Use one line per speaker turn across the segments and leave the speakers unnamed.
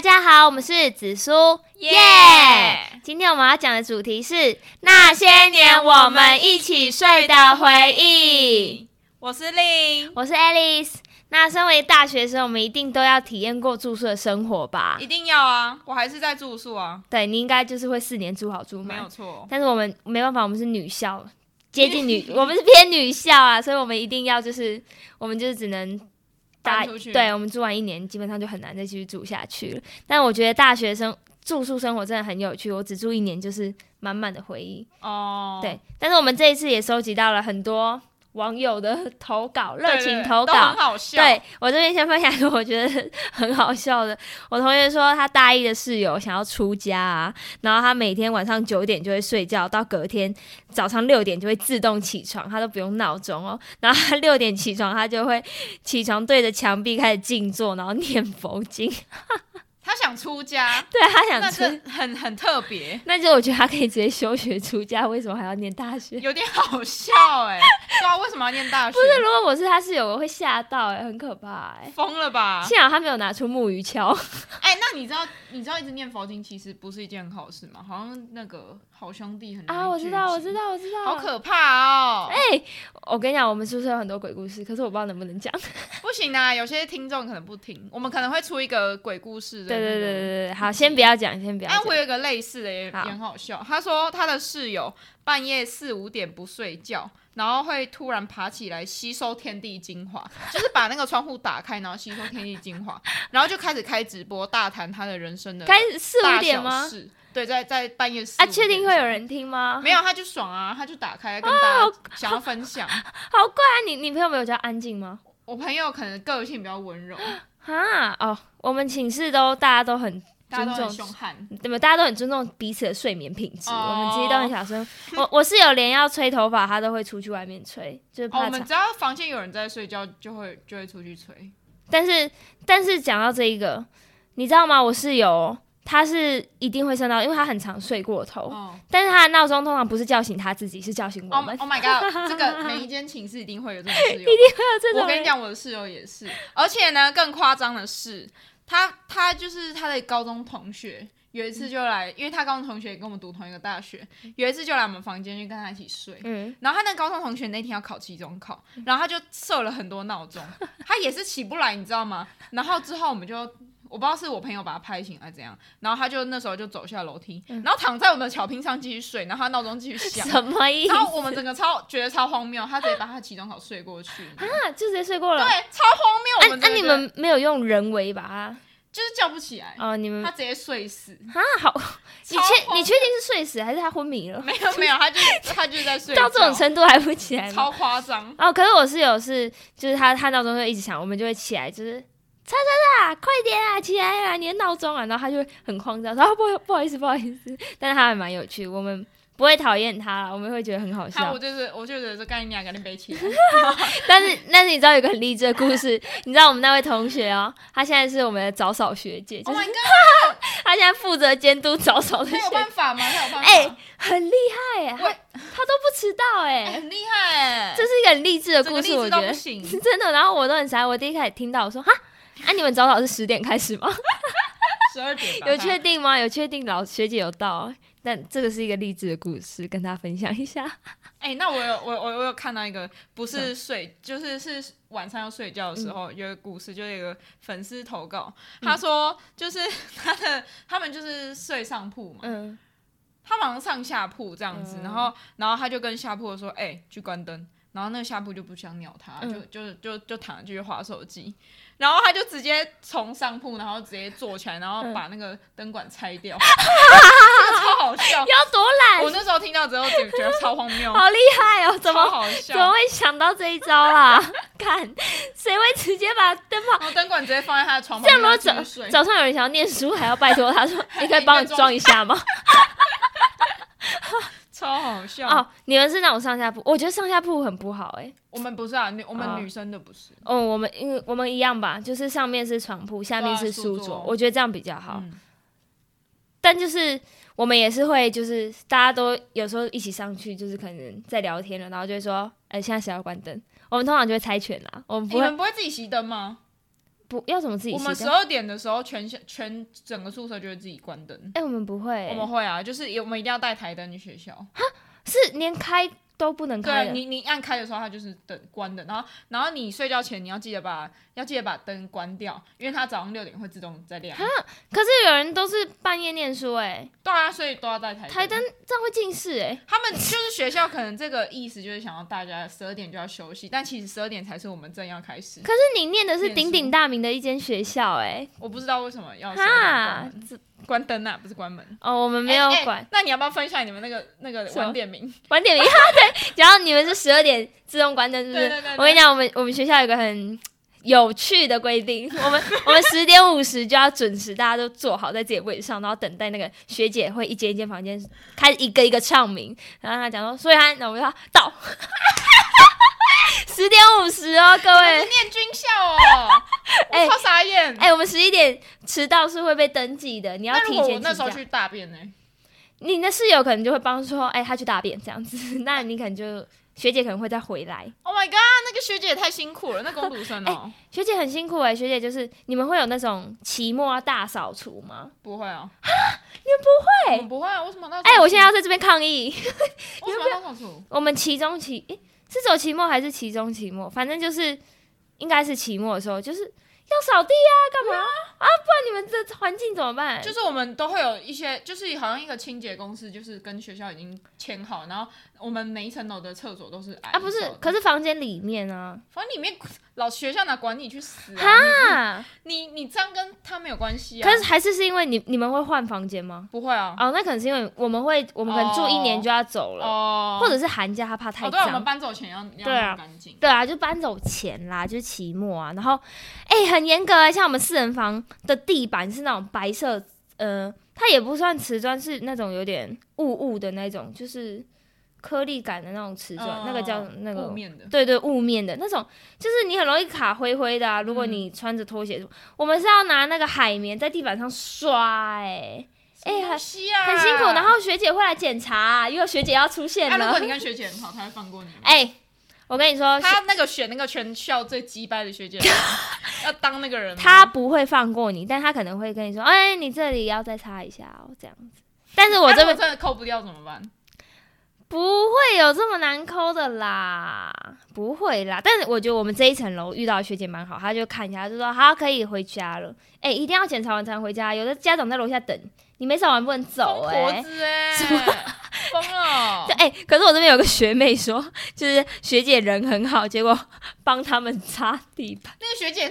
家好，我们是紫苏，
耶
今天我们要讲的主题是那些年我们一起睡的回忆。
我是令，
我是 Alice。那身为大学生，我们一定都要体验过住宿的生活吧
一？定要啊！我还是在住宿啊，
对你应该就是会四年住好住
没有
满，
错。
但是我们没办法，我们是女校，接近 女，我们是偏女校啊，所以我们一定要就是，我们就是只能
搬出去，
对，我们住完一年，基本上就很难再继续住下去了。但我觉得大学生住宿生活真的很有趣，我只住一年就是满满的回忆。
哦，
对，但是我们这一次也收集到了很多网友的投稿，
对，
热
对
情
对
投
都很
稿。
好笑。
对我这边先分享一个我觉得很好笑的，我同学说他大一的室友想要出家啊，然后他每天晚上九点就会睡觉，到隔天早上六点就会自动起床，他都不用闹钟哦。然后他六点起床，他就会起床对着墙壁开始静坐，然后念佛经。
他想出家，
对他想
那
出，
是很很特别，
那就我觉得他可以直接休学出家，为什么还要念大学？
有点好笑哎、对啊，为什么要念大学？不
那如果我是他室友，我会吓到哎、很可怕哎、
疯 了吧？
幸好他没有拿出木鱼敲。
哎、那你知道你知道一直念佛经其实不是一件好事吗？好像那个好兄弟很 容易
啊，我知道，
聚集
我知，道，我知道，
好可怕哦！哎、
我跟你讲，我们宿舍有很多鬼故事，可是我不知道能不能讲。
不行啊，有些听众可能不听，我们可能会出一个鬼故事的、
对
那
对对
个
对对，好，先不要讲，先不要
哎，
讲。
我有一个类似的也也
好
很好笑。他说他的室友半夜四五点不睡觉，然后会突然爬起来吸收天地精华，就是把那个窗户打开，然后吸收天地精华，然后就开始开直播大谈他的人生的
开始四
大
五
小
点吗？
事？对，在在半夜四
啊，
五
确定
点
会有哦
的时候？
人听吗？
没有，他就爽啊，他就打开跟大家想要分享。
好怪啊！你你朋友没有比较安静吗？
我朋友可能个性比较温 柔，
哈哦，我们寝室都大家都很
大家
尊
都很
重，
凶悍。
对吧？大家都很尊重彼此的睡眠品质。
哦
我们其实都很小声。我我室友连要吹头发，他都会出去外面吹，就是
哦，我
怕吵。
们只要房间有人在睡觉，就会就会出去吹。
但是但是讲到这一个，你知道吗？我室友他是一定会上到，因为他很常睡过头。
哦，
但是他的闹钟通常不是叫醒他自己，是叫醒我
Oh,
们。
oh my god！这个每一间寝室一定会有这种室友，
这种
我跟你
人
讲，我的室友也是。而且呢，更夸张的是，他他就是他的高中同学，有一
嗯
次就来，因为他高中同学也跟我们读同一个大学，有一次就来我们房间去跟他一起睡。
嗯，
然后他那个高中同学那天要考期中考，然后他就设了很多闹钟，他也是起不来，你知道吗？然后之后我们就我不知道是我朋友把他拍醒还是怎样，然后他就那时候就走下楼梯，
嗯
然后躺在我们的草坪上继续睡，然后他闹钟继续响，
什么意思
然？后我们整个超觉得超荒谬，他直接把他期中考睡过去，对，
啊，就直接睡过了。
超荒谬。我
那
们
那、
真的
你
觉得
们没有用人为把它
就是叫不起来，
哦，你们
他
啊
直接睡死。
好，你
超
确
荒
你确定是睡死还是他昏迷了？
没有没有，他就是他就是在睡觉，
到这种程度还不起来吗？
超夸张。
哦，可是我室友是，就是他他闹钟就一直响，我们就会起来，就是叉叉叉，快点啊，起来啊，你的闹钟啊，然后他就会很慌张，说、啊、不好不好意思不好意思，但是他还蛮有趣，我们不会讨厌他啦，我们会觉得很好
他
笑
我。就是我就觉得这概念赶紧背 起来。
但是，但是你知道有个很励志的故事， 你知道我们那位同学哦，她现在是我们的早嫂学姐，就
Oh
是
my god！
她现在负责监督早嫂的
他
学
有
姐，
办法吗？他有办法？
哎很厉害耶，她
喂
她都不迟到
哎
哎，
很厉害，欸
这是一个很励志的
整
故
个
事，
励
我
志
觉
到不
得
行。
是 真的。然后我都很傻，我第一开始听到我说哈。啊！你们早早是十点开 始吗？
十二点吧，
有确定吗？有确定老学姐有到？但这个是一个励志的故事，跟大家分享一下。
哎、那我有我我我有看到一个，不是睡，就是是晚上要睡觉的时候，有一个故事，就有一个粉丝投稿，
嗯
他说就是 他的他们就是睡上铺嘛，
嗯，
他们好像上下铺这样子，
嗯
然后然后他就跟下铺的说，哎、去关灯。然后那个下铺就不想鸟他，
嗯
就就就就躺着继续划手机，然后他就直接从上铺，然后直接坐起来，然后
嗯
把那个灯管拆 掉，这个超好笑。
要多懒
我，那时候听到之后，就觉得超荒谬，
好厉害哦！怎么
超好
怎么
笑。
会想到这一招啦？ 看谁会直接把灯泡？
然后哦灯管直接放在他的床旁
这
边，
样如果
然
早
后继续睡
早上有人想要念书，还要拜托他说：“你可以帮我装一下吗
超好？” 笑。
哦，你们是那种上下铺，我觉得上下铺很不好哎、
我们不是啊，女我
哦
们女生的不是。
哦，我们因为我们一样吧，就是上面是床铺，下面
对
是
啊
书
书
桌，
桌
我觉得这样比较好。
嗯
但就是我们也是会，就是大家都有时候一起上去，就是可能在聊天了，然后就会说：“哎、现在谁要关灯？”我们通常就会猜拳啦，我们不
你
会、
们不会自己熄灯吗？
不要怎么自己
我
熄
们啊
灯
十二点的时候全校全整个宿舍就会自己关灯。
哎、我们不会欸、
我们会啊，就是我们一定要带台灯去学校。
是连开都不能开
对啊
的。
你，你按开的时候，它就是灯关的，然后，然后你睡觉前你要记得把要记得把灯关掉，因为它早上六点会自动再亮。
可是有人都是半夜念书、欸，
对啊，所以都要带台
哎，台灯。这样会近视、欸，哎，
他们就是学校可能这个意思就是想要大家十二点就要休息，但其实十二点才是我们正要开始。
可是你念的是鼎鼎大名的一间学校、欸，
我不知道为什么要
哎，
12点
哈
关，门关灯啊，不是关门。
哦，我们没有
哎哎
管
那你要不要分享你们那个那个
什么
晚点名？
晚点名， 对，然后你们是十二点自动关灯，是不
对
是？
对对对
我跟你讲，我们我们学校有一个很有趣的规定， 我们我们十点五十就要准时，大家都坐好在自己的位置上，然后等待那个学姐会一间一间房间开始一个一个唱名，然后她讲说，所以她，那我们就要到 十点五十哦，各
你
位
是，念军校哦，
哎
我超傻眼。
哎、我们十一点迟到是会被登记的，你要
那如
提
果我
前
那
请
时候
假。
去大便呢？
你的室友可能就会帮说，哎、他去大便这样子， 那你可能就学姐可能会再回来。
Oh my god，那个学姐也太辛苦了，那工读生哦，
学姐很辛苦哎、学姐就是你们会有那种期末要大扫除吗？
不会啊，
会
我们不会啊，为什么那？
哎、我现在要在这边抗议，
为什么要当总厨？
我们期中期、诶是走期末还是期中期末？反正就是应该是期末的时候，就是要扫地啊，干嘛啊不然你们这环境怎么办？
就是我们都会有一些，就是好像一个清洁公司，就是跟学校已经签好，然后我们每一层楼的厕所都是
啊，不是，可
是
是房间里面啊，
反正里面老学校哪管你去死啊！
哈，
你你这样跟他没有关系啊。
可是还是是因为你你们会换房间吗？
不会啊，
哦，那可能是因为我们会，我们可能住一年就要走了，
哦，
或者是寒假他怕太
哦，对啊，我
脏、
们搬走前要
对啊
要弄干净。
对啊，就搬走前啦，就是期末啊，然后，哎、很严格、欸，像我们四人房的地板是那种白色，呃，它也不算瓷砖，是那种有点雾雾的那种，就是颗粒感的那种瓷砖，
嗯
那个叫那
雾
个，
面的，
对对，雾面的那种，就是你很容易卡灰灰的、啊，
嗯
如果你穿着拖鞋，我们是要拿那个海绵在地板上刷、欸，哎
什么东西啊，
很辛苦，然后学姐会来检查、啊，因为学姐要出现
啊那如
了
果，你跟学姐很好，她会放过你吗。
哎、我跟你说，
他那个选那个全校最鸡掰的 学姐吗，要当那个人吗，
他不会放过你，但他可能会跟你说：“哎，你这里要再擦一下哦，这样子。”但是哎我
那
这
啊如果
边
真的扣不掉怎么办？
不会有这么难抠的啦，不会啦。但是我觉得我们这一层楼遇到的学姐蛮好，她就看一下，就说：“好，可以回家了。哎，一定要检查完才能回家。有的家长在楼下等你，没扫完不能走、
疯
哎，
婆子哎、
什
疯了
对，！哎、可是我这边有个学妹说，就是学姐人很好，结果帮他们擦地 板，
那个学姐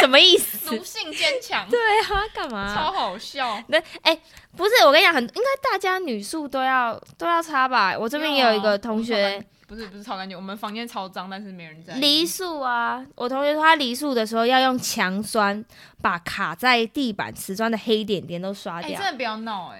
什么意思？
奴性坚 强，
对啊，干嘛、
超好笑。
那哎、不是，我跟你讲，很应该大家女宿都要都要擦吧。我这边也有一个同
没有
学
啊不是不是超干净，我们房间超脏，但是没人在意。
离宿啊，我同学说他离宿的时候要用强酸把卡在地板瓷砖的黑点点都刷
哎、
掉。
真
哎、
的不要闹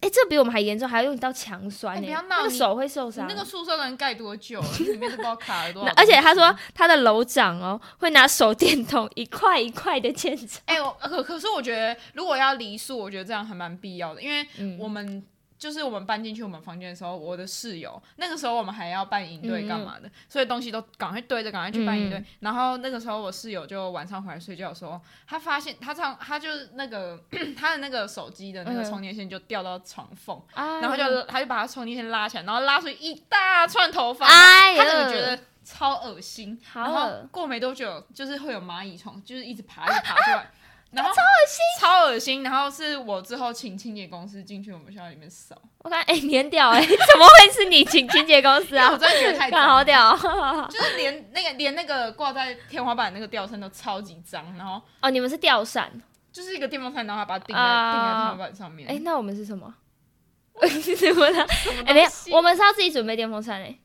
哎、
这比我们还严重，还要用到强酸、
哎
呢，
不要闹
那个
你
手会受
你
伤
那。个宿舍的人盖多久了？里面都不知道卡了多
那
少。
而且他说，他的楼长哦会拿手电筒一块一块的检 查。
哎、我可可是我觉得，如果要离宿，我觉得这样还蛮必要的，因为
嗯
我们就是我们搬进去我们房间的时候，我的室友那个时候我们还要办营队干嘛的，所以东西都赶快堆着，赶快去办营队。
嗯
然后那个时候我室友就晚上回来睡觉的时候，他发现他上他就是那个 他的那个手机的那个
嗯
充电线就掉到床缝，
啊
然后就他就把他充电线拉起来，然后拉出一大串头发，
哎
他整
呦
个觉得超恶心。
好
然
恶
后过没多久，就是会有蚂蚁虫，就是一直爬，一直爬出 来。然后超恶心，超恶心。然后是我之后请清洁公司进去我们学校里面扫，
我看哎、你很屌哎、 怎么会是你请清洁公司
但我
啊？
真的觉得 太
干
脏
好
了，
屌哦！
就是连那个连那个挂在天花板那个吊扇都超级脏，然后
哦，你们是吊扇。
就是一个电风扇，然后还把它钉在、
啊
钉在天花板上面。
哎、那我们是什么？ 什么呢？
嗯什么
哎、没有
东，西？
我们是要自己准备电风扇哎、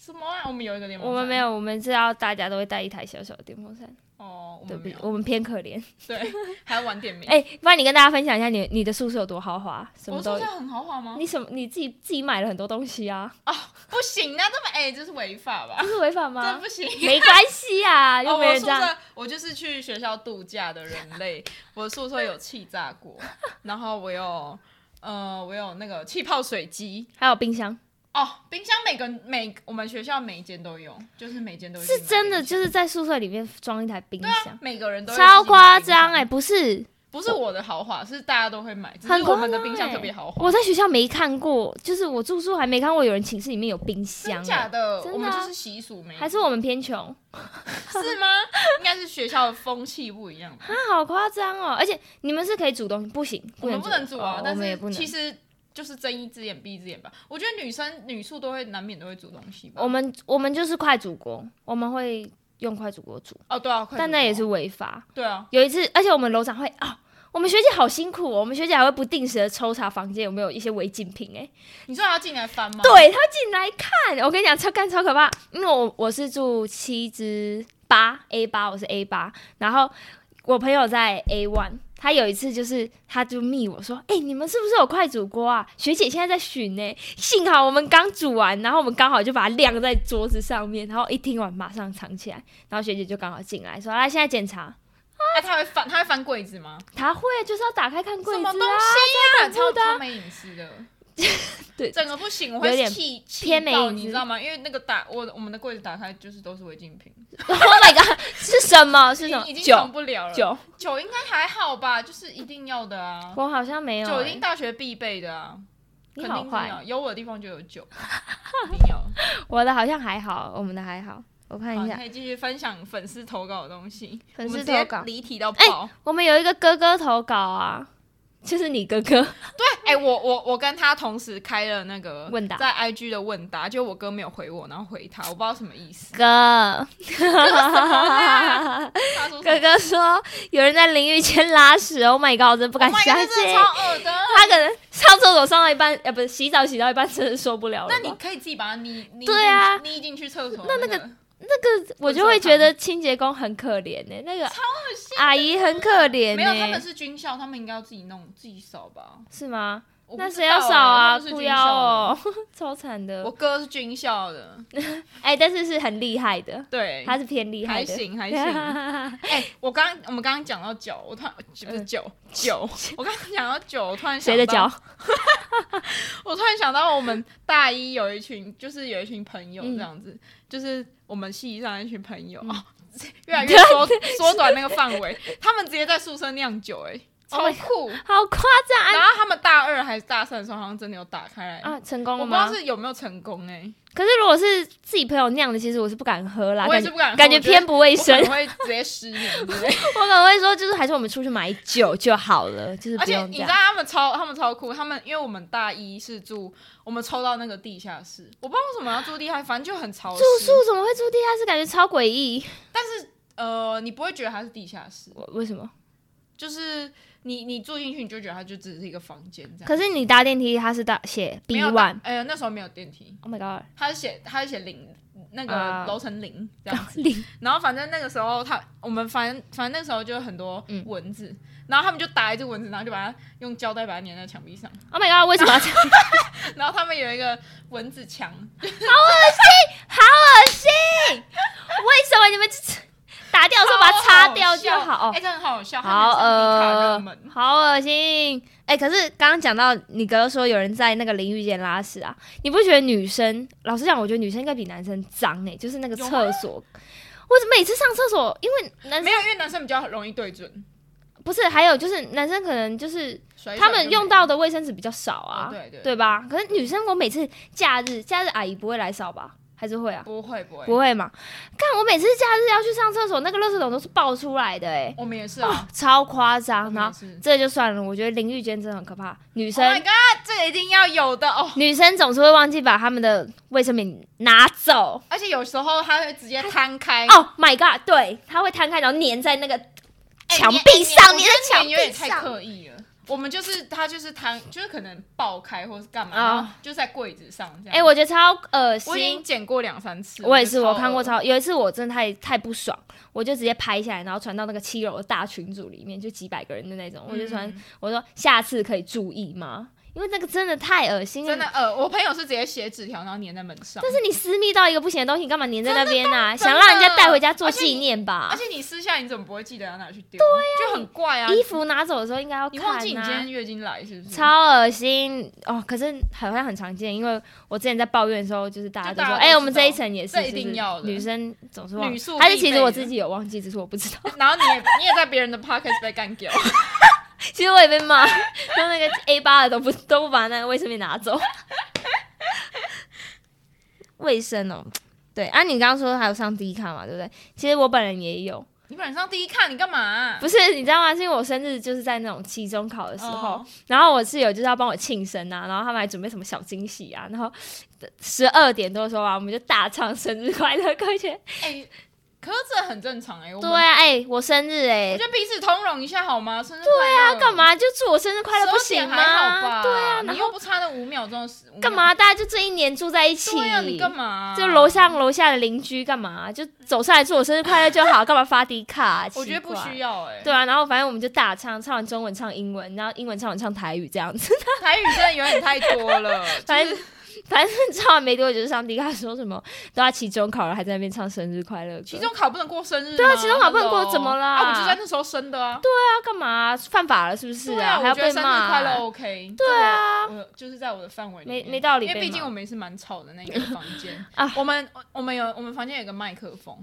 什么啊？我们有一个电风
我
扇，
们没有，我们是要大家都会带一台小小的电风扇。
哦，我
对
们
不
没
起，
有，
我们偏可怜。
对，还要晚点名。
哎、不然你跟大家分享一下你你的宿舍有多豪华，什
我
么
宿
都有
舍。很豪华吗？
你什么？你自己自己买了很多东西啊？
不行啊，这么哎、这是违法吧
这？是违法
这
吗？
不行。
没关系啊，
哦，
又没
我
人
宿
这样。
舍我就是去学校度假的人 类，我宿舍有气炸锅，然后我有呃我有那个气泡水机
还有冰箱，
哦，冰箱每个每我们学校每一间都有，就是每间都有
是真的，
是
就是在宿舍里面装一台冰箱，
每啊个人都会自己买
超夸张
冰
哎！
箱！
不是，
不是我的豪华，是大家都会买，只
很
是
夸
我们的冰箱
张
特
欸
别豪华。
我在学校没看过，就是我住宿还没看过有人寝室里面有冰箱
真
欸，
假的，
真的啊
我们就是习俗没有，
还是我们偏穷？啊
是吗？应该是学校的风气不一样吧。
啊，好夸张哦！而且你们是可以煮东西，不行，
我们不能煮啊
哦，
但
我们也
是
不能
其。实就是睁一只眼闭一只眼吧。我觉得女生女宿都会难免都会煮东西吧
我。们我们就是快煮锅，我们会用快煮锅煮，
哦，对啊，快
但
煮
那也
吧
是违法。
对啊，
有一次，而且我们楼长会啊。我们学姐好辛苦哦，我们学姐还会不定时的抽查房间有没有一些违禁品哎、
你说还要进来翻吗？
对他进来看，我跟你讲超干超可怕，因为我我是住七之八 A 八，我是 A 八，然后我朋友在 A one，他有一次就是他就密我说，哎、你们是不是有快煮锅啊？学姐现在在巡呢、幸好我们刚煮完，然后我们刚好就把它晾在桌子上面，然后一听完马上藏起来，然后学姐就刚好进来说，来现在检查，
啊，他会翻，他会翻柜子吗？
他会就是要打开看柜子
什么东
啊，
西呀、
超恐
超
怖的啊
超没隐私的。
对
整个不行，我
有
会
点
气气
偏没
到，
隐私
你知道吗？因为那个打我我们的柜子打开就是都是违禁品，
Oh my god，是什么？是
已
什么
经已？经
酒
挡不了了。酒
酒，
酒应该还好吧，就是一定要的啊，
我好像没有、
酒一定
欸，
大学必备的啊，
你
肯
好
定
坏
是。要有我的地方就有 酒，一定要。
我的好像还好，我们的还好。我看
好，
一
你
下，
可以继续分享粉丝投稿的东西，
粉丝
我们直接
投稿
离题到爆。
我们有一个哥哥投稿 啊，就是你哥哥，
哎、我我我跟他同时开了那个
问答
在 IG 的问答，就我哥没有回我，然后回他，我不知道什么意 思。
哥，
他说什么
哥哥说有人在淋浴间拉屎，Oh my god，我真不敢
Oh my
相
God，这真
信
的。超恶的。
他可能上厕所上到一半，呃，不是洗澡洗到一半，真的受不了了
那
吧。
你可以自己把它捏捏
对啊
进去捏进去厕所。那那个
这个我就会觉得清洁工很可怜呢、那个阿姨很可怜欸
没
呢、
有，他们是军校，他们应该要自己弄自己扫吧？
是吗？
我不
那
知
谁要
道
扫
欸
啊？
他们是
不
军
要
校的
哦，超惨的
我。哥是军校的，
哎、但是是很厉害的，
对，
他是偏厉害
还
的，
行还行。哎，我刚我们刚刚讲到酒，我突然不是
嗯
酒酒，我刚刚讲到酒，我突然想
谁的
到
脚？
我突然想到，我们大一有一群，就是有一群朋友
嗯
这样子，就是我们系上一群朋友，哦、越来越缩缩短那个范围。他们直接在宿舍酿酒、
Oh
欸，哎，超
my
酷。
好夸张
然后他们大二还是大三的时候，好像真的有打开来，
啊！成功
我
了
不知道
吗？
是有没有成功、欸，
可是如果是自己朋友酿的，其实我是不敢喝啦，
我
感
也是
觉
不敢喝，
啊感觉偏不卫
我可
生。
能
我
会直接失眠之类的。
可能会说，就是还是我们出去买酒就好了，就是
而
不
且
用
你
这
知道
样。
他们超他们超酷，他们因为我们大一是住，我们抽到那个地下室，我不知道为什么要住地下室，反正就很潮湿。
住宿怎么会住地下室？感觉超诡异。
但是呃，你不会觉得它是地下室，
我为什么？
就是你你住进去你就觉得它就只是一个房间这样。
可是你搭电梯，它是搭写 B
没有
one。
呃，那时候没有电梯，
Oh my god！
它是写它是写零那个
啊
楼层零这样。
零
然后反正那个时候他我们反正反正那时候就有很多
嗯
蚊子，然后他们就打一只蚊子，然后就把它用胶带把它粘在墙壁上，
Oh my god！为什么要这样？
然后他们有一个蚊子墙，
为什么你们 就是打掉的时候把它擦掉就好？
哎、
哦
这很好笑，
好
呃
恶，，好恶心！哎、可是刚刚讲到你哥说有人在那个淋浴间拉屎啊，你不觉得女生？老实讲，我觉得女生应该比男生脏哎、就是那个
有吗
厕所。我每次上厕所，因为男
没
生
有，因为男生比较容易对准，
不是，还有就是男生可能就是
甩一甩
他
就
们
没
用到的卫生纸比较少
了、
啊，
哦对对，
对吧？可是女生，我每次假日假日阿姨不会来扫吧？还是会啊？
不会不会，
不会嘛？看我每次假日要去上厕所，那个垃圾桶都是爆出来的哎、
我们也是啊，
超夸
我
张！
们
然
也
后
是。
这就算了，我觉得淋浴间真的很可怕，女
Oh
生
my god，这个一定要有的哦！
女生总是会忘记把他们的卫生棉拿走。
而且有时候它会直接摊开，
Oh my god！对，它会摊开，然后粘在那个
哎
墙
你
壁上，
哎
粘
你
在
我
墙
觉得你有点
壁
太
上。
刻意了。我们就是它就是摊，就是可能爆开或是干嘛，
啊
然后就在柜子上这样。
哎、我觉得超恶
我已经
心。
剪过两三次，
我也是，
觉得
我
超
看过
恶
超有一次，我真的太太不爽，我就直接拍下来，然后传到那个七楼的大群组里面，就几百个人的那种，我就传
嗯
我说下次可以注意吗？因为那个真的太恶心了。
真的，呃，我朋友是直接写纸条，然后粘在门上。
但是你私密到一个不行的东西，你干嘛粘在那边啊？想让人家带回家做纪念吧
而。且你私下你怎么不会记得要拿去丢？对呀、就很怪啊。
衣服拿走的时候应该要
你
看
忘记你今
啊
天。月经来是不是？
超恶心哦！可是好像很常见，因为我之前在抱怨的时候，就是大家都
就大
说，
家都
哎、
知道
我们这一层也是，
这一定要的
就是女生总是忘
女宿，
还是其
必备
实
的
我自己有忘记，只是我不知道。
然后你也你也在别人的 podcast 被干掉，
其实我也被骂，说那个 A 八的都不都不把那个卫生棉拿走。 卫生哦，对啊，你刚刚说还有上 D 卡嘛，对不对？其实我本人也有，
你晚上第一看你干嘛、啊
不是你知道吗？是因为我生日就是在那种期中考的时候，
哦
然后我室友就是要帮我庆生啊，然后他们还准备什么小惊喜啊，然后十二点多的时候啊，我们就大唱生日快乐歌曲。
哎、可是这很正常哎、我
对
们
啊，哎、我生日哎、
我觉得彼此通融一下好吗？生日对啊，
干？嘛就祝我生日快乐不行
还好
吗？
吧？
对啊，然
你
后
又不差那五秒钟的时，
干嘛？大家就这一年住在一起，
对呀、你干嘛？
就楼。上楼下的邻居干嘛？就走上来祝我生日快乐就好，干嘛发迪卡、
我觉得不需
要。
要哎、
对啊，然后反正我们就大唱，唱完中文唱英文，然后英文唱完唱台语这样子。
台语真的有点太多 了。
反正反正唱完没多久，就上迪卡说什么都要期中考了，还在那边唱生日快乐歌。
期中考不能过生日吗？
对啊期中考不能过
Hello
怎么啦
啊，我就在那时候生的啊。对
要干嘛？犯法了是不是
啊，
还要
我觉得
被
生
骂？欸
日快 乐 OK。
对啊，
这我，我就是在我的范围里
没
面。
没道理
因
被骂。
为毕竟我们也是蛮吵的那个房间
啊
我们我我们有我们房间有个麦克风，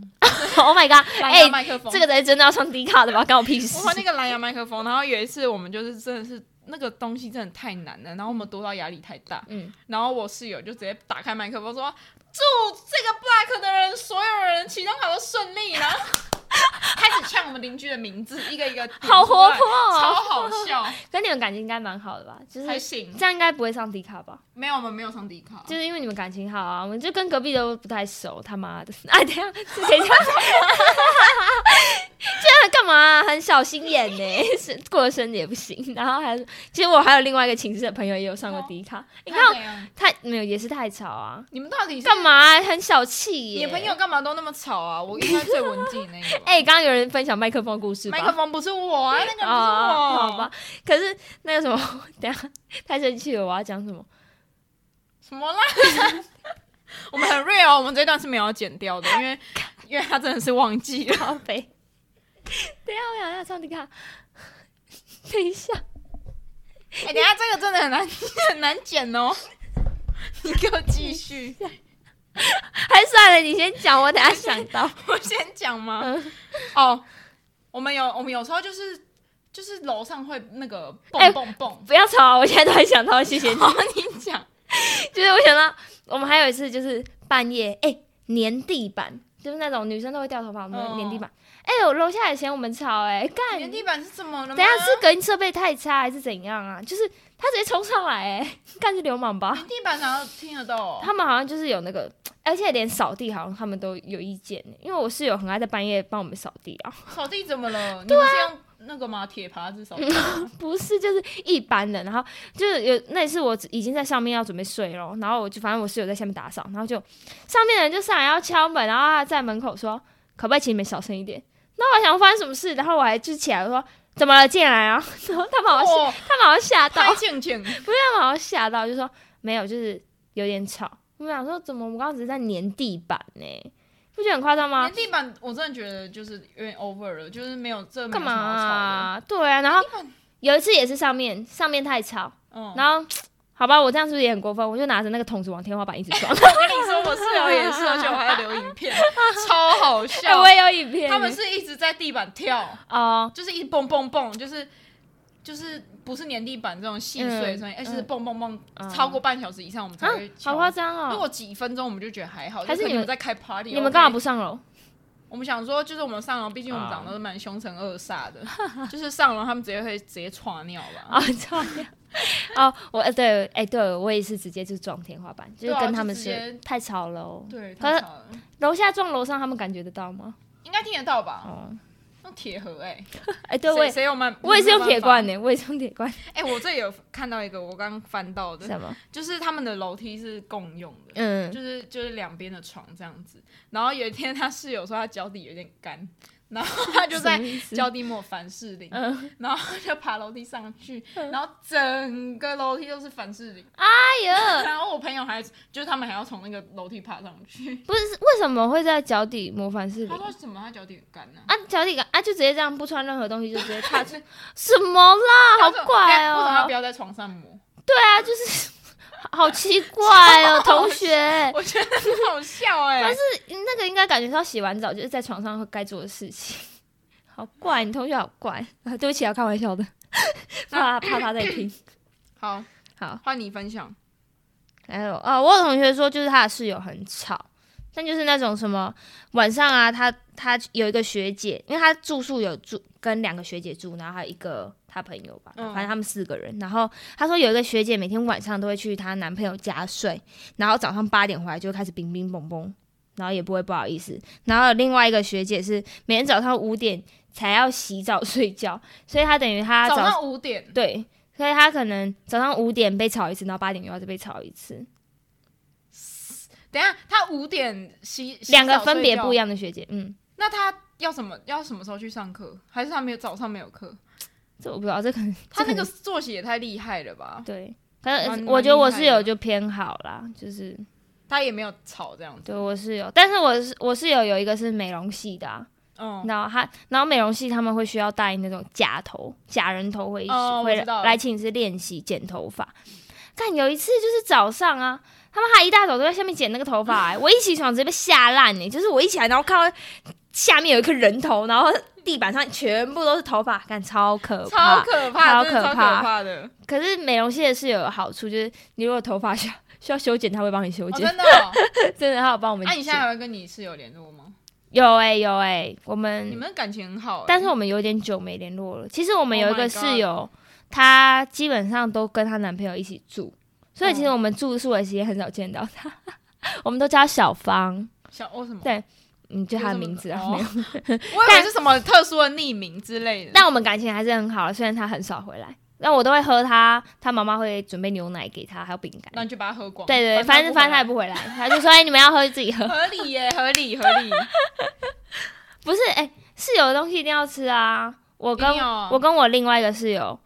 Oh my god！
蓝牙
哎、
麦克风，
这个才是真的要上迪卡的吧？关我屁事
我！换那个蓝牙麦克风，然后有一次我们就是真的是那个东西真的太难了，然后我们多到压力太大，
嗯，
然后我室友就直接打开麦克风说：“祝这个 block 的人所有人期中考都顺利。”然后开始呛我们邻居的名字，一个一个点出来
好活泼哦
超好笑，
跟你们感情应该蛮好的吧？就是
还行。
这样应该不会上迪卡吧？
没有，我们没有上迪卡，
就是因为你们感情好啊，我们就跟隔壁都不太熟，他妈的！哎，等一下是谁这样？这样干嘛啊、很小心眼呢、是过了生日也不行。然后还是，其实我还有另外一个寝室的朋友也有上过迪卡，你
他
看
怎样
太没有也是太吵啊，
哎你们到底是
干？嘛啊、很小气耶、
你朋友干嘛都那么吵 啊？我应该最文静那个吧。
哎、刚刚有人分享麦克风故事吧？
麦克风不是我啊，那个不是我。
哦好吧。可是那个什么，等一下太生气了，我要讲什么？
什么啦？ 我们很 real，我们啊这段是没有要剪掉的，因 为因为他真的是忘记了。
咖啡。等一下，我想要上迪卡。等一下，
哎、等一下这个真的很难很难剪 哦。你给我继续，
还哎算了，你先讲，我等一下想到。
我先讲吗？
嗯
哦，我们有我们有时候就是就是楼上会那个
哎
蹦蹦蹦，
不要吵啊，我现在突然想到，谢谢你
然。后你讲，
就是我想到，我们还有一次就是半夜，哎、粘地板，就是那种女生都会掉头发，我们
哦
粘地板。哎、我楼下也嫌我们吵、哎，干。
原地板是怎么了吗？啊
等一下是隔音设备太差还是怎样啊？就是他直接冲上来、哎，干是流氓吧？
原地板哪有听得到？哦
他们好像就是有那个，而且连扫地好像他们都有意见，因为我室友很爱在半夜帮我们扫地啊，
扫地怎么了？你们是用那个吗？铁耙子扫地？
不是就是一般的，然后就是有那一次我已经在上面要准备睡了，然后我就反正我室友在下面打扫，然后就上面的人就上来要敲门，然后他在门口说可不可以请你们小声一点？那我想发生什么事，然后我还就起来我说怎么了进来啊？然后他们 好像、
哦，
他们好像吓到，
太静静。
他们好像吓到，就说没有，就是有点吵。我们想说怎么我们刚刚只是在粘地板呢、不觉得很夸张吗
连？地板我真的觉得就是有点 over 了，就是没有这没有
干嘛、
什么好吵的
啊？对啊，然后
地板
有一次也是上面上面太吵，
嗯，
然后好吧，我这样是不是也很过分？我就拿着那个桶子往天花板一直撞。
我跟你说，我室友也是，而且我还要留影片， 超好
哎，
笑。
我也有影片。
啊他们是一直在地板跳，
哦，
就是一直蹦蹦蹦，就是就是不是粘地板这种细碎的声音，
嗯
而是蹦蹦蹦，
嗯
超过半小时以上我们才
啊
会
好
敲。
夸张
如
哦！
果几分钟我们就觉得还好，
还是
就可能
你们
在开 party，
你们刚好
OK
不上 楼，
我们想说，就是我们上楼，毕竟我们
啊
长得都蛮凶神恶煞的，就是上楼他们直接会直接窜尿吧
啊，。操！哦，我呃对，哎、对我也是直接就撞天花板，就
对
是
啊
跟他们
就直接
是太吵了哦。
对，
可
太
是
吵了。
楼下撞楼上，他们感觉得到吗？
应该听得到吧？
哦，
那铁盒哎、
哎、对，我
谁
也
谁有慢？
我也是用铁罐
的。
呢、我也是用铁罐。
哎、我这里有看到一个，我刚刚翻到的，
什么？
就是他们的楼梯是共用的，
嗯
就，是就是两边的床这样子。然后有一天，他室友说他脚底有点干，然后他就在
什么意思
脚底抹凡士林，
嗯，
然后就爬楼梯上去，然后整个楼梯都是凡士林，
哎呦，
然后我朋友还就是他们还要从那个楼梯爬上 去。
不是为什么会在脚底模仿视频
他？说什么？他脚底很干呢、
啊，脚底感啊，就直接这样不穿任何东西就直接踏出，什么啦，好怪
为什 么他
哦、
不要在床上磨？
对啊，就是好奇怪 哦、同学。
我觉得很 好笑哎、
但是那个应该感觉到洗完澡就是在床上会该做的事情， 好怪，你同学好怪。 啊、对不起啊，开玩笑的， 怕怕他在听。
好，
好，
换你分享。
还有啊，我有同学说，就是他的室友很吵，但就是那种什么晚上啊，他他有一个学姐，因为他住宿有住跟两个学姐住，然后还有一个他朋友吧，
嗯
反正他们四个人。然后她说有一个学姐每天晚上都会去她男朋友家睡，然后早上八点回来就开始冰冰蹦蹦，然后也不会不好意思。然后有另外一个学姐是每天早上五点才要洗澡睡觉，所以她等于她
早
啊早
上五点，
对，所以他可能早上五点被吵一次，然后八点又要再被吵一次，
等一下他五点洗
两个分别不一样
样。
的学姐，嗯，
那他要什么？要什么时候去上课？还是他没有早上没 有课？
这我不知道，这可能
他
这可
那个
能
作息也太厉害了吧？
对，反
蛮
正我觉得
蛮
我
厉害
室友
的
就偏好啦，就是
他也没有吵这样子。
对我室友，但是我是我室友有一个是美容系的、啊，
嗯，
然后他然后美容系他们会需要戴那种假头、假人头会、
哦我
会
知道了
来寝室练习剪头发。但有一次就是早上啊，他们还一大早都在下面剪那个头发、欸，我一起床直接被吓烂哎！就是我一起来，然后看到下面有一颗人头，然后地板上全部都是头发，感超可怕。
超可怕，
超
真的超
可怕
可怕的。
可是美容系的室友有好处，就是你如果头发需要需要修剪，他会帮你修
哦，
剪，
真的哦。
真的他有帮 我们
那
剪。
你现在还会跟你室友联络吗？
有哎、有哎、我们
你们感情很好欸，
但是我们有点久没联络了。其实我们有一
Oh
个
my
室友，她、基本上都跟她男朋友一起住，所以其实
嗯
我们住宿的时间很少见到她。 我们都叫她小芳，
小哦什么？
对嗯，就她的名字啊，
哦
没有。
我以为是什么特殊的匿名之类的。
但我们感情还是很好的，虽然她很少回来，但我都会喝她，她妈妈会准备牛奶给她，还有饼
那
干。
你就把它喝光。
对对，对反正反正她也
不
不回来，她就说：“哎，你们要喝就自己喝。
啊合理耶，合理合理。
不是，哎、室友的东西一定要吃啊！ 我跟
一定要啊
我跟我另外一个室友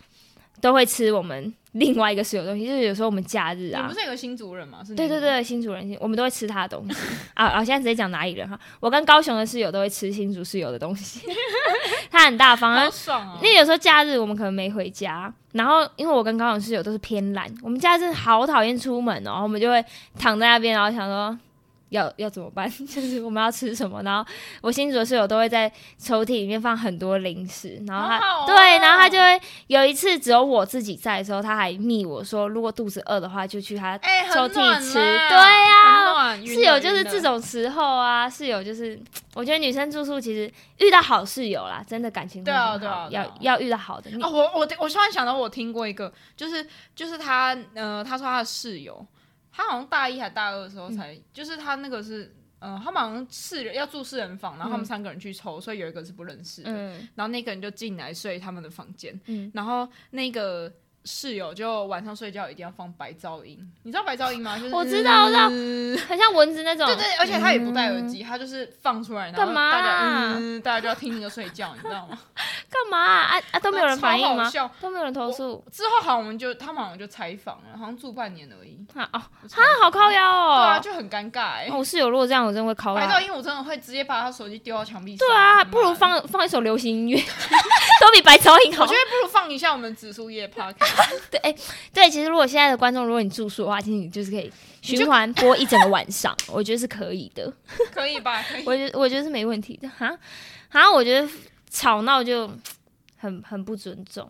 都会吃我们另外一个室友的东西，就是有时候我们假日
你
啊
不，是有个新族人吗？是你
对对
吗，
对，新主人我们都会吃他的东西 啊啊！现在直接讲哪里人哈，我跟高雄的室友都会吃新竹室友的东 西， 他很大方啊
好。爽哦
因。为有时候假日我们可能没回家，然后因为我跟高雄室友都是偏懒，我们假日好讨厌出门哦，我们就会躺在那边，然后想说要要怎么办， 就是我们要吃什么。然后我新竹的室友都会在抽屉里面放很多零食，然后他、
好好哦
对，然后他就会有一次只有我自己在的时候，他还密我说，如果肚子饿的话就去他
哎，很
抽屉
暖
吃，
啦
对呀、
很暖
室友就是这。
晕了晕了
种时候啊，室友就是，我觉得女生住宿其实遇到好室友啦，真的感情会
对啊
很
对啊
好
对
要
啊
要遇到好的。你
哦，我我我突然想到，我听过一个，就是就是他，呃，他说他的室友，他好像大一还大二的时候才，
嗯
就是他那个是，呃，他们好像四人要住四人房，然后他
嗯
们三个人去抽，所以有一个是不认识的，
嗯
然后那个人就进来睡他们的房间，
嗯，
然后那个室友就晚上睡觉一定要放白噪音，你知道白噪音吗？就是
我知道我知道
嗯
很像蚊子那种。
对对，而且他也不戴耳机，他就是放出来，然后
干嘛啊
大家嗯，大家就要听那个睡觉，你知道吗？
干嘛啊啊啊 都没有人反应
超好
吗？
笑
都没有人投诉。
之后好像我们就他们好像就采访了，好像住半年而已。
啊哦，
他
那好靠腰
对啊，
哦。
就很尴尬哎、
哦我室友如果这样，我真的会靠
白噪
他。
音我真的会直接把他手机丢到墙壁上。
对啊，
妈的
不如。放放一首流行音乐， 都比白噪音好
我觉。得不如放一下我们紫苏叶 p o d c a s
对，哎、对，其实如果现在的观众，如果你住宿的话，其实你就是可以循环播一整个晚上， 我觉得是可以的。
t 可以吧？可以。
我觉得我觉得是没问题的哈，哈，我觉得吵闹就很很不尊重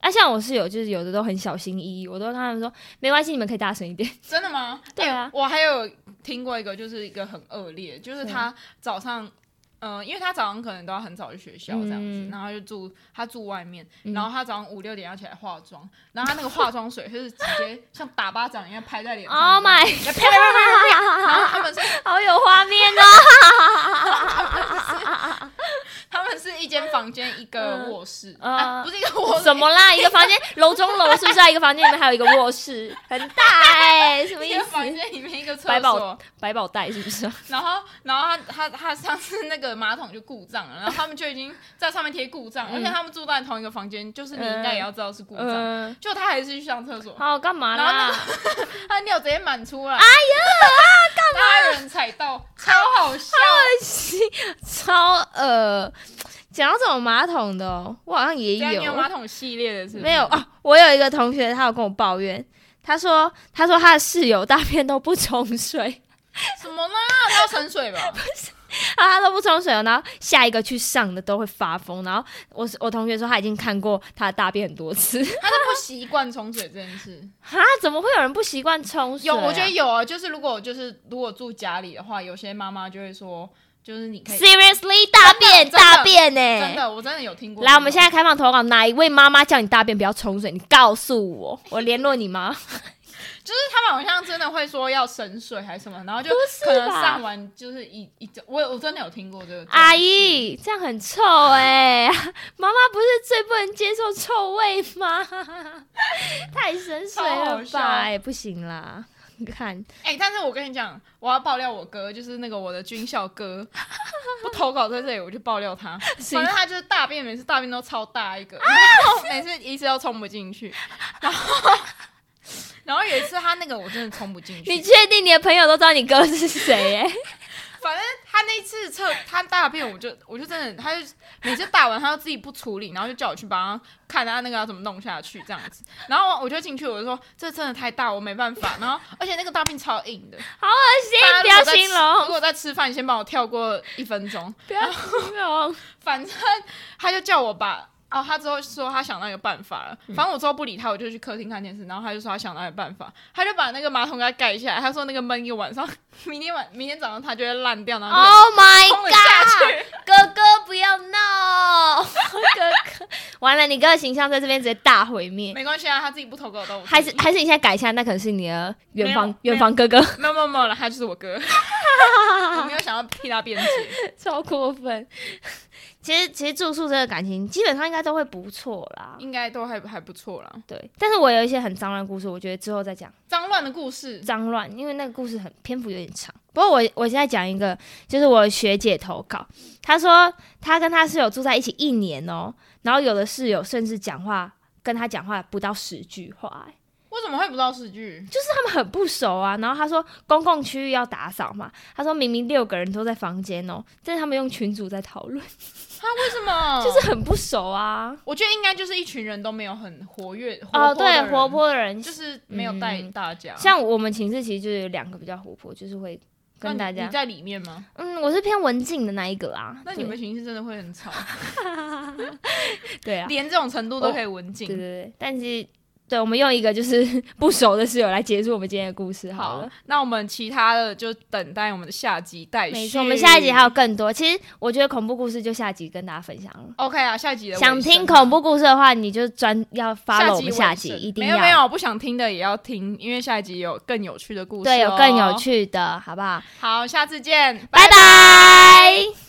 哎、啊，像我室友就是有的都很小心翼翼，我都跟他们说没关系，你们可以大声一点。
真的吗？
对啊
欸我还有听过一个，就是一个很恶劣，就是他早上，嗯、因为他早上可能都要很早去学校这样子，
嗯
然后就住他住外面，
嗯
然后他早上五六点要起来化妆，然后他那个化妆水就是直接像打巴掌一样拍在脸上
Oh my，
啪啪啪啪啪啪然后他们是
好有画面哦！
他们们是一间房间一个
嗯
卧室，
嗯
啊，不是一个卧室，
怎么啦？一个房间楼中楼是不是啊？一个房间里面还有一个卧室，很大哎、什么
一
意
个
思？
房间里面一个厕
百宝
所，
百宝袋是不是啊、
然后，然后他他他上次那个马桶就故障了，然后他们就已经在上面贴故障，
嗯
而且他们住在同一个房间，就是你应该也要知道是故障，
嗯，
就他还是去上厕所，
好干嘛
然后
啦？
他尿直接满出来，哎呀，干嘛？有人踩到，超好笑，
哎超呃，讲到这种马桶的、哦，我好像也
这样你
有
有马桶系列的是不是
没有？啊？我有一个同学，他有跟我抱怨，他说他说他的室友大便都不冲水，
什么呢？他要省水吧？
啊，他都不冲水哦，然后下一个去上的都会发疯。然后我我同学说他已经看过他的大便很多次，
他是不习惯冲水这件事。
哈，怎么会有人不习惯冲水
有，
啊、
我觉得有啊，就是如果就是如果住家里的话，有些妈妈就会说，就是你可以
seriously 大便
真的
大便呢、
真的，我真的有听过这种。
来，我们现在开放投稿，哪一位妈妈叫你大便不要冲水？你告诉 我，我联络你妈。
就是他们好像真的会说要省水还是什么，然后就
不是
可能
吧
上完就是一一整我我真的有听过这个
阿，姨，这样很臭哎、妈妈不是最不能接受臭味吗？ 太神水了
超好笑
吧？哎、不行啦，你 看，
哎、但是我跟你讲，我要爆料我哥，就是那个我的军校 哥，不投稿在这里我就爆料他，反正他就是大便每次大便都超大一个，然
啊
后每次一次都冲不进去，然后然后有一次他那个我真的冲不进去，
你确定你的朋友都知道你哥是谁、 哎，
反正他那次测他大便，我就我就真的，他就每次大完他都自己不处理，然后就叫我去帮他看他那个要怎么弄下去这样子。然后我就进去，我就说这真的太大，我没办 法。然后而且那个大便超硬的，
好恶心，不
大
要
家如果在吃
形容
如，果在吃饭，你先帮我跳过一分钟。
不要形 容。
反正他就叫我把。哦，他之后说他想到一个办法
嗯
了，反正我之后不理他，我就去客厅看电视，然后他就说他想到一个办法，他就把那个马桶给它盖下来，他说那个闷一晚上， 明天晚明天早上它就会烂掉，然后就
Oh my
冲了下
god！
去。
哥哥不要闹， 哥哥，完了，你哥的形象在这边直接大毁灭。
没关系啊，他自己不投稿都
还是还是你现在改一下，那可能是你的远
没
房
有
远房哥哥，
没有没有没有了，他就是 我哥。我没有想要替他辩解，
超过分。其实其实住宿这个感情基本上应该都会不错啦，
应该都还还不错啦。
对。但是我有一些很脏乱的故事，我觉得之后再讲
脏乱的故事，
脏乱，因为那个故事很篇幅有点长。不过我我现在讲一个，就是我学姐投稿，她说她跟她室友住在一起一年哦、然后有的室友甚至讲话跟她讲话不到十句话、欸
我怎么会不知道是剧？
他们很不熟啊。然后他说公共区域要打扫嘛，他说明明六个人都在房间哦，但是他们用群组在讨
哦
论，
为什么？
就是很不熟啊。
我觉得应该就是一群人都没有很活跃，
哦，
活泼的
对，
人
活，泼的人，
就是啊没有带
嗯
大家。
像我们寝室其实就有两个比较活泼，就是会
那
跟
你
大
你
家，
在里面吗？
嗯，我是偏文静的那一个啊。
那你们寝室真的会很吵，
对对啊，
连这种程度都可以文静
对对。对，但是。对，我们用一个就是不熟的室友来结束我们今天的故事好了。
好，那我们其他的就等待我们的下集待续。
没错，我们下一集还有更多。其实我觉得恐怖故事就下集跟大家分享了。
OK 啊，下一集的
想
尾声
听
啊
恐怖故事的话，你就专要发了我们下集，
尾声
一定
没
要
有没有不想听的也要听，因为下一集有更有趣的故事、哦
对有更有。趣的，好不好？
好，下次见，
拜拜